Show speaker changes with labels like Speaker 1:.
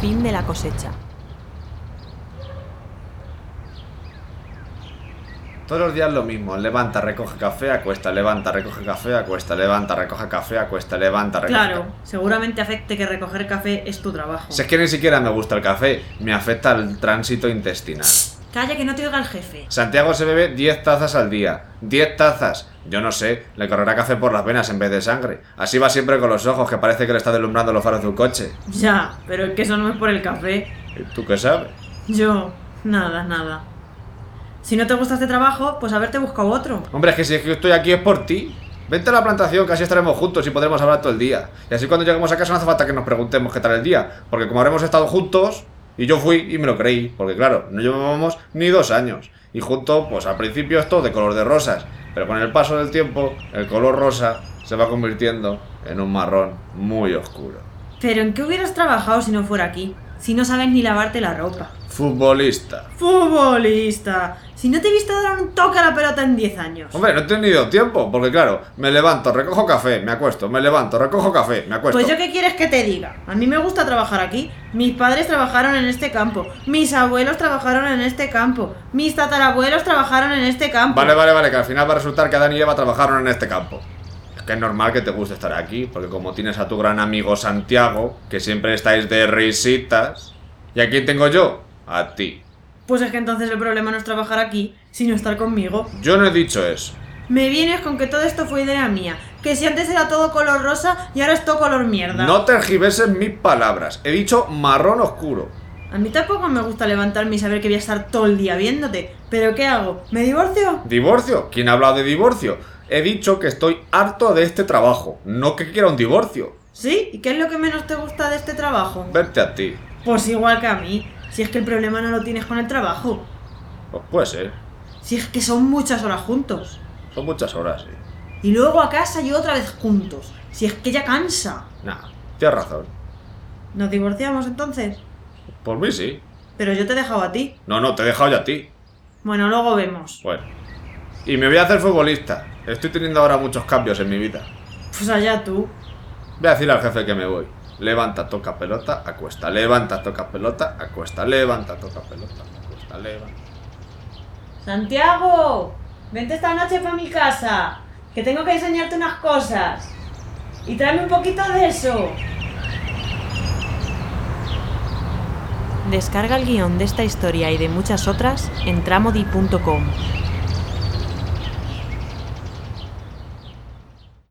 Speaker 1: Fin de la cosecha.
Speaker 2: Todos los días lo mismo. Levanta, recoge café, acuesta, levanta, recoge café, acuesta, levanta, recoge café, acuesta, levanta, recoge
Speaker 3: Claro,
Speaker 2: ca-
Speaker 3: seguramente afecte que recoger café es tu trabajo.
Speaker 2: Si es que ni siquiera me gusta el café, me afecta el tránsito intestinal.
Speaker 3: Calla que no te oiga el jefe.
Speaker 2: Santiago se bebe 10 tazas al día. 10 tazas. Yo no sé, le correrá café por las venas en vez de sangre. Así va siempre con los ojos, que parece que le está deslumbrando los faros de un coche.
Speaker 3: Ya, pero es que eso no es por el café.
Speaker 2: ¿Y ¿Tú qué sabes?
Speaker 3: Yo, nada, nada. Si no te gusta este trabajo, pues haberte buscado otro.
Speaker 2: Hombre, es que si es que estoy aquí es por ti. Vente a la plantación, que así estaremos juntos y podremos hablar todo el día. Y así cuando lleguemos a casa no hace falta que nos preguntemos qué tal el día, porque como habremos estado juntos, y yo fui y me lo creí, porque claro, no llevábamos ni dos años. Y juntos, pues al principio es todo de color de rosas, pero con el paso del tiempo, el color rosa se va convirtiendo en un marrón muy oscuro.
Speaker 3: Pero ¿en qué hubieras trabajado si no fuera aquí? Si no sabes ni lavarte la ropa.
Speaker 2: Futbolista.
Speaker 3: ¡Futbolista! Si no te he visto dar un toque a la pelota en 10 años.
Speaker 2: Hombre, no he tenido tiempo, porque claro, me levanto, recojo café, me acuesto, me levanto, recojo café, me acuesto.
Speaker 3: Pues yo qué quieres que te diga. A mí me gusta trabajar aquí. Mis padres trabajaron en este campo. Mis abuelos trabajaron en este campo. Mis tatarabuelos trabajaron en este campo.
Speaker 2: Vale, vale, vale, que al final va a resultar que Adán y Eva trabajaron en este campo. Es que es normal que te guste estar aquí, porque como tienes a tu gran amigo Santiago, que siempre estáis de risitas. ¿Y a quién tengo yo? A ti.
Speaker 3: Pues es que entonces el problema no es trabajar aquí, sino estar conmigo.
Speaker 2: Yo no he dicho eso.
Speaker 3: Me vienes con que todo esto fue idea mía. Que si antes era todo color rosa y ahora es todo color mierda.
Speaker 2: No tergiverses mis palabras. He dicho marrón oscuro.
Speaker 3: A mí tampoco me gusta levantarme y saber que voy a estar todo el día viéndote. ¿Pero qué hago? ¿Me divorcio?
Speaker 2: ¿Divorcio? ¿Quién ha hablado de divorcio? He dicho que estoy harto de este trabajo, no que quiera un divorcio.
Speaker 3: ¿Sí? ¿Y qué es lo que menos te gusta de este trabajo?
Speaker 2: Verte a ti.
Speaker 3: Pues igual que a mí. Si es que el problema no lo tienes con el trabajo.
Speaker 2: Pues puede ser.
Speaker 3: Si es que son muchas horas juntos.
Speaker 2: Son muchas horas, sí.
Speaker 3: Y luego a casa y otra vez juntos. Si es que ya cansa.
Speaker 2: Nah, tienes razón.
Speaker 3: ¿Nos divorciamos entonces?
Speaker 2: Por mí sí.
Speaker 3: Pero yo te he dejado a ti.
Speaker 2: No, no, te he dejado ya a ti.
Speaker 3: Bueno, luego vemos.
Speaker 2: Bueno. Y me voy a hacer futbolista. Estoy teniendo ahora muchos cambios en mi vida.
Speaker 3: Pues allá tú.
Speaker 2: Voy a decirle al jefe que me voy. Levanta, toca pelota, acuesta. Levanta, toca pelota, acuesta. Levanta, toca pelota, acuesta. Levanta.
Speaker 3: Santiago, vente esta noche para mi casa, que tengo que enseñarte unas cosas. Y tráeme un poquito de eso.
Speaker 1: Descarga el guión de esta historia y de muchas otras en tramodi.com.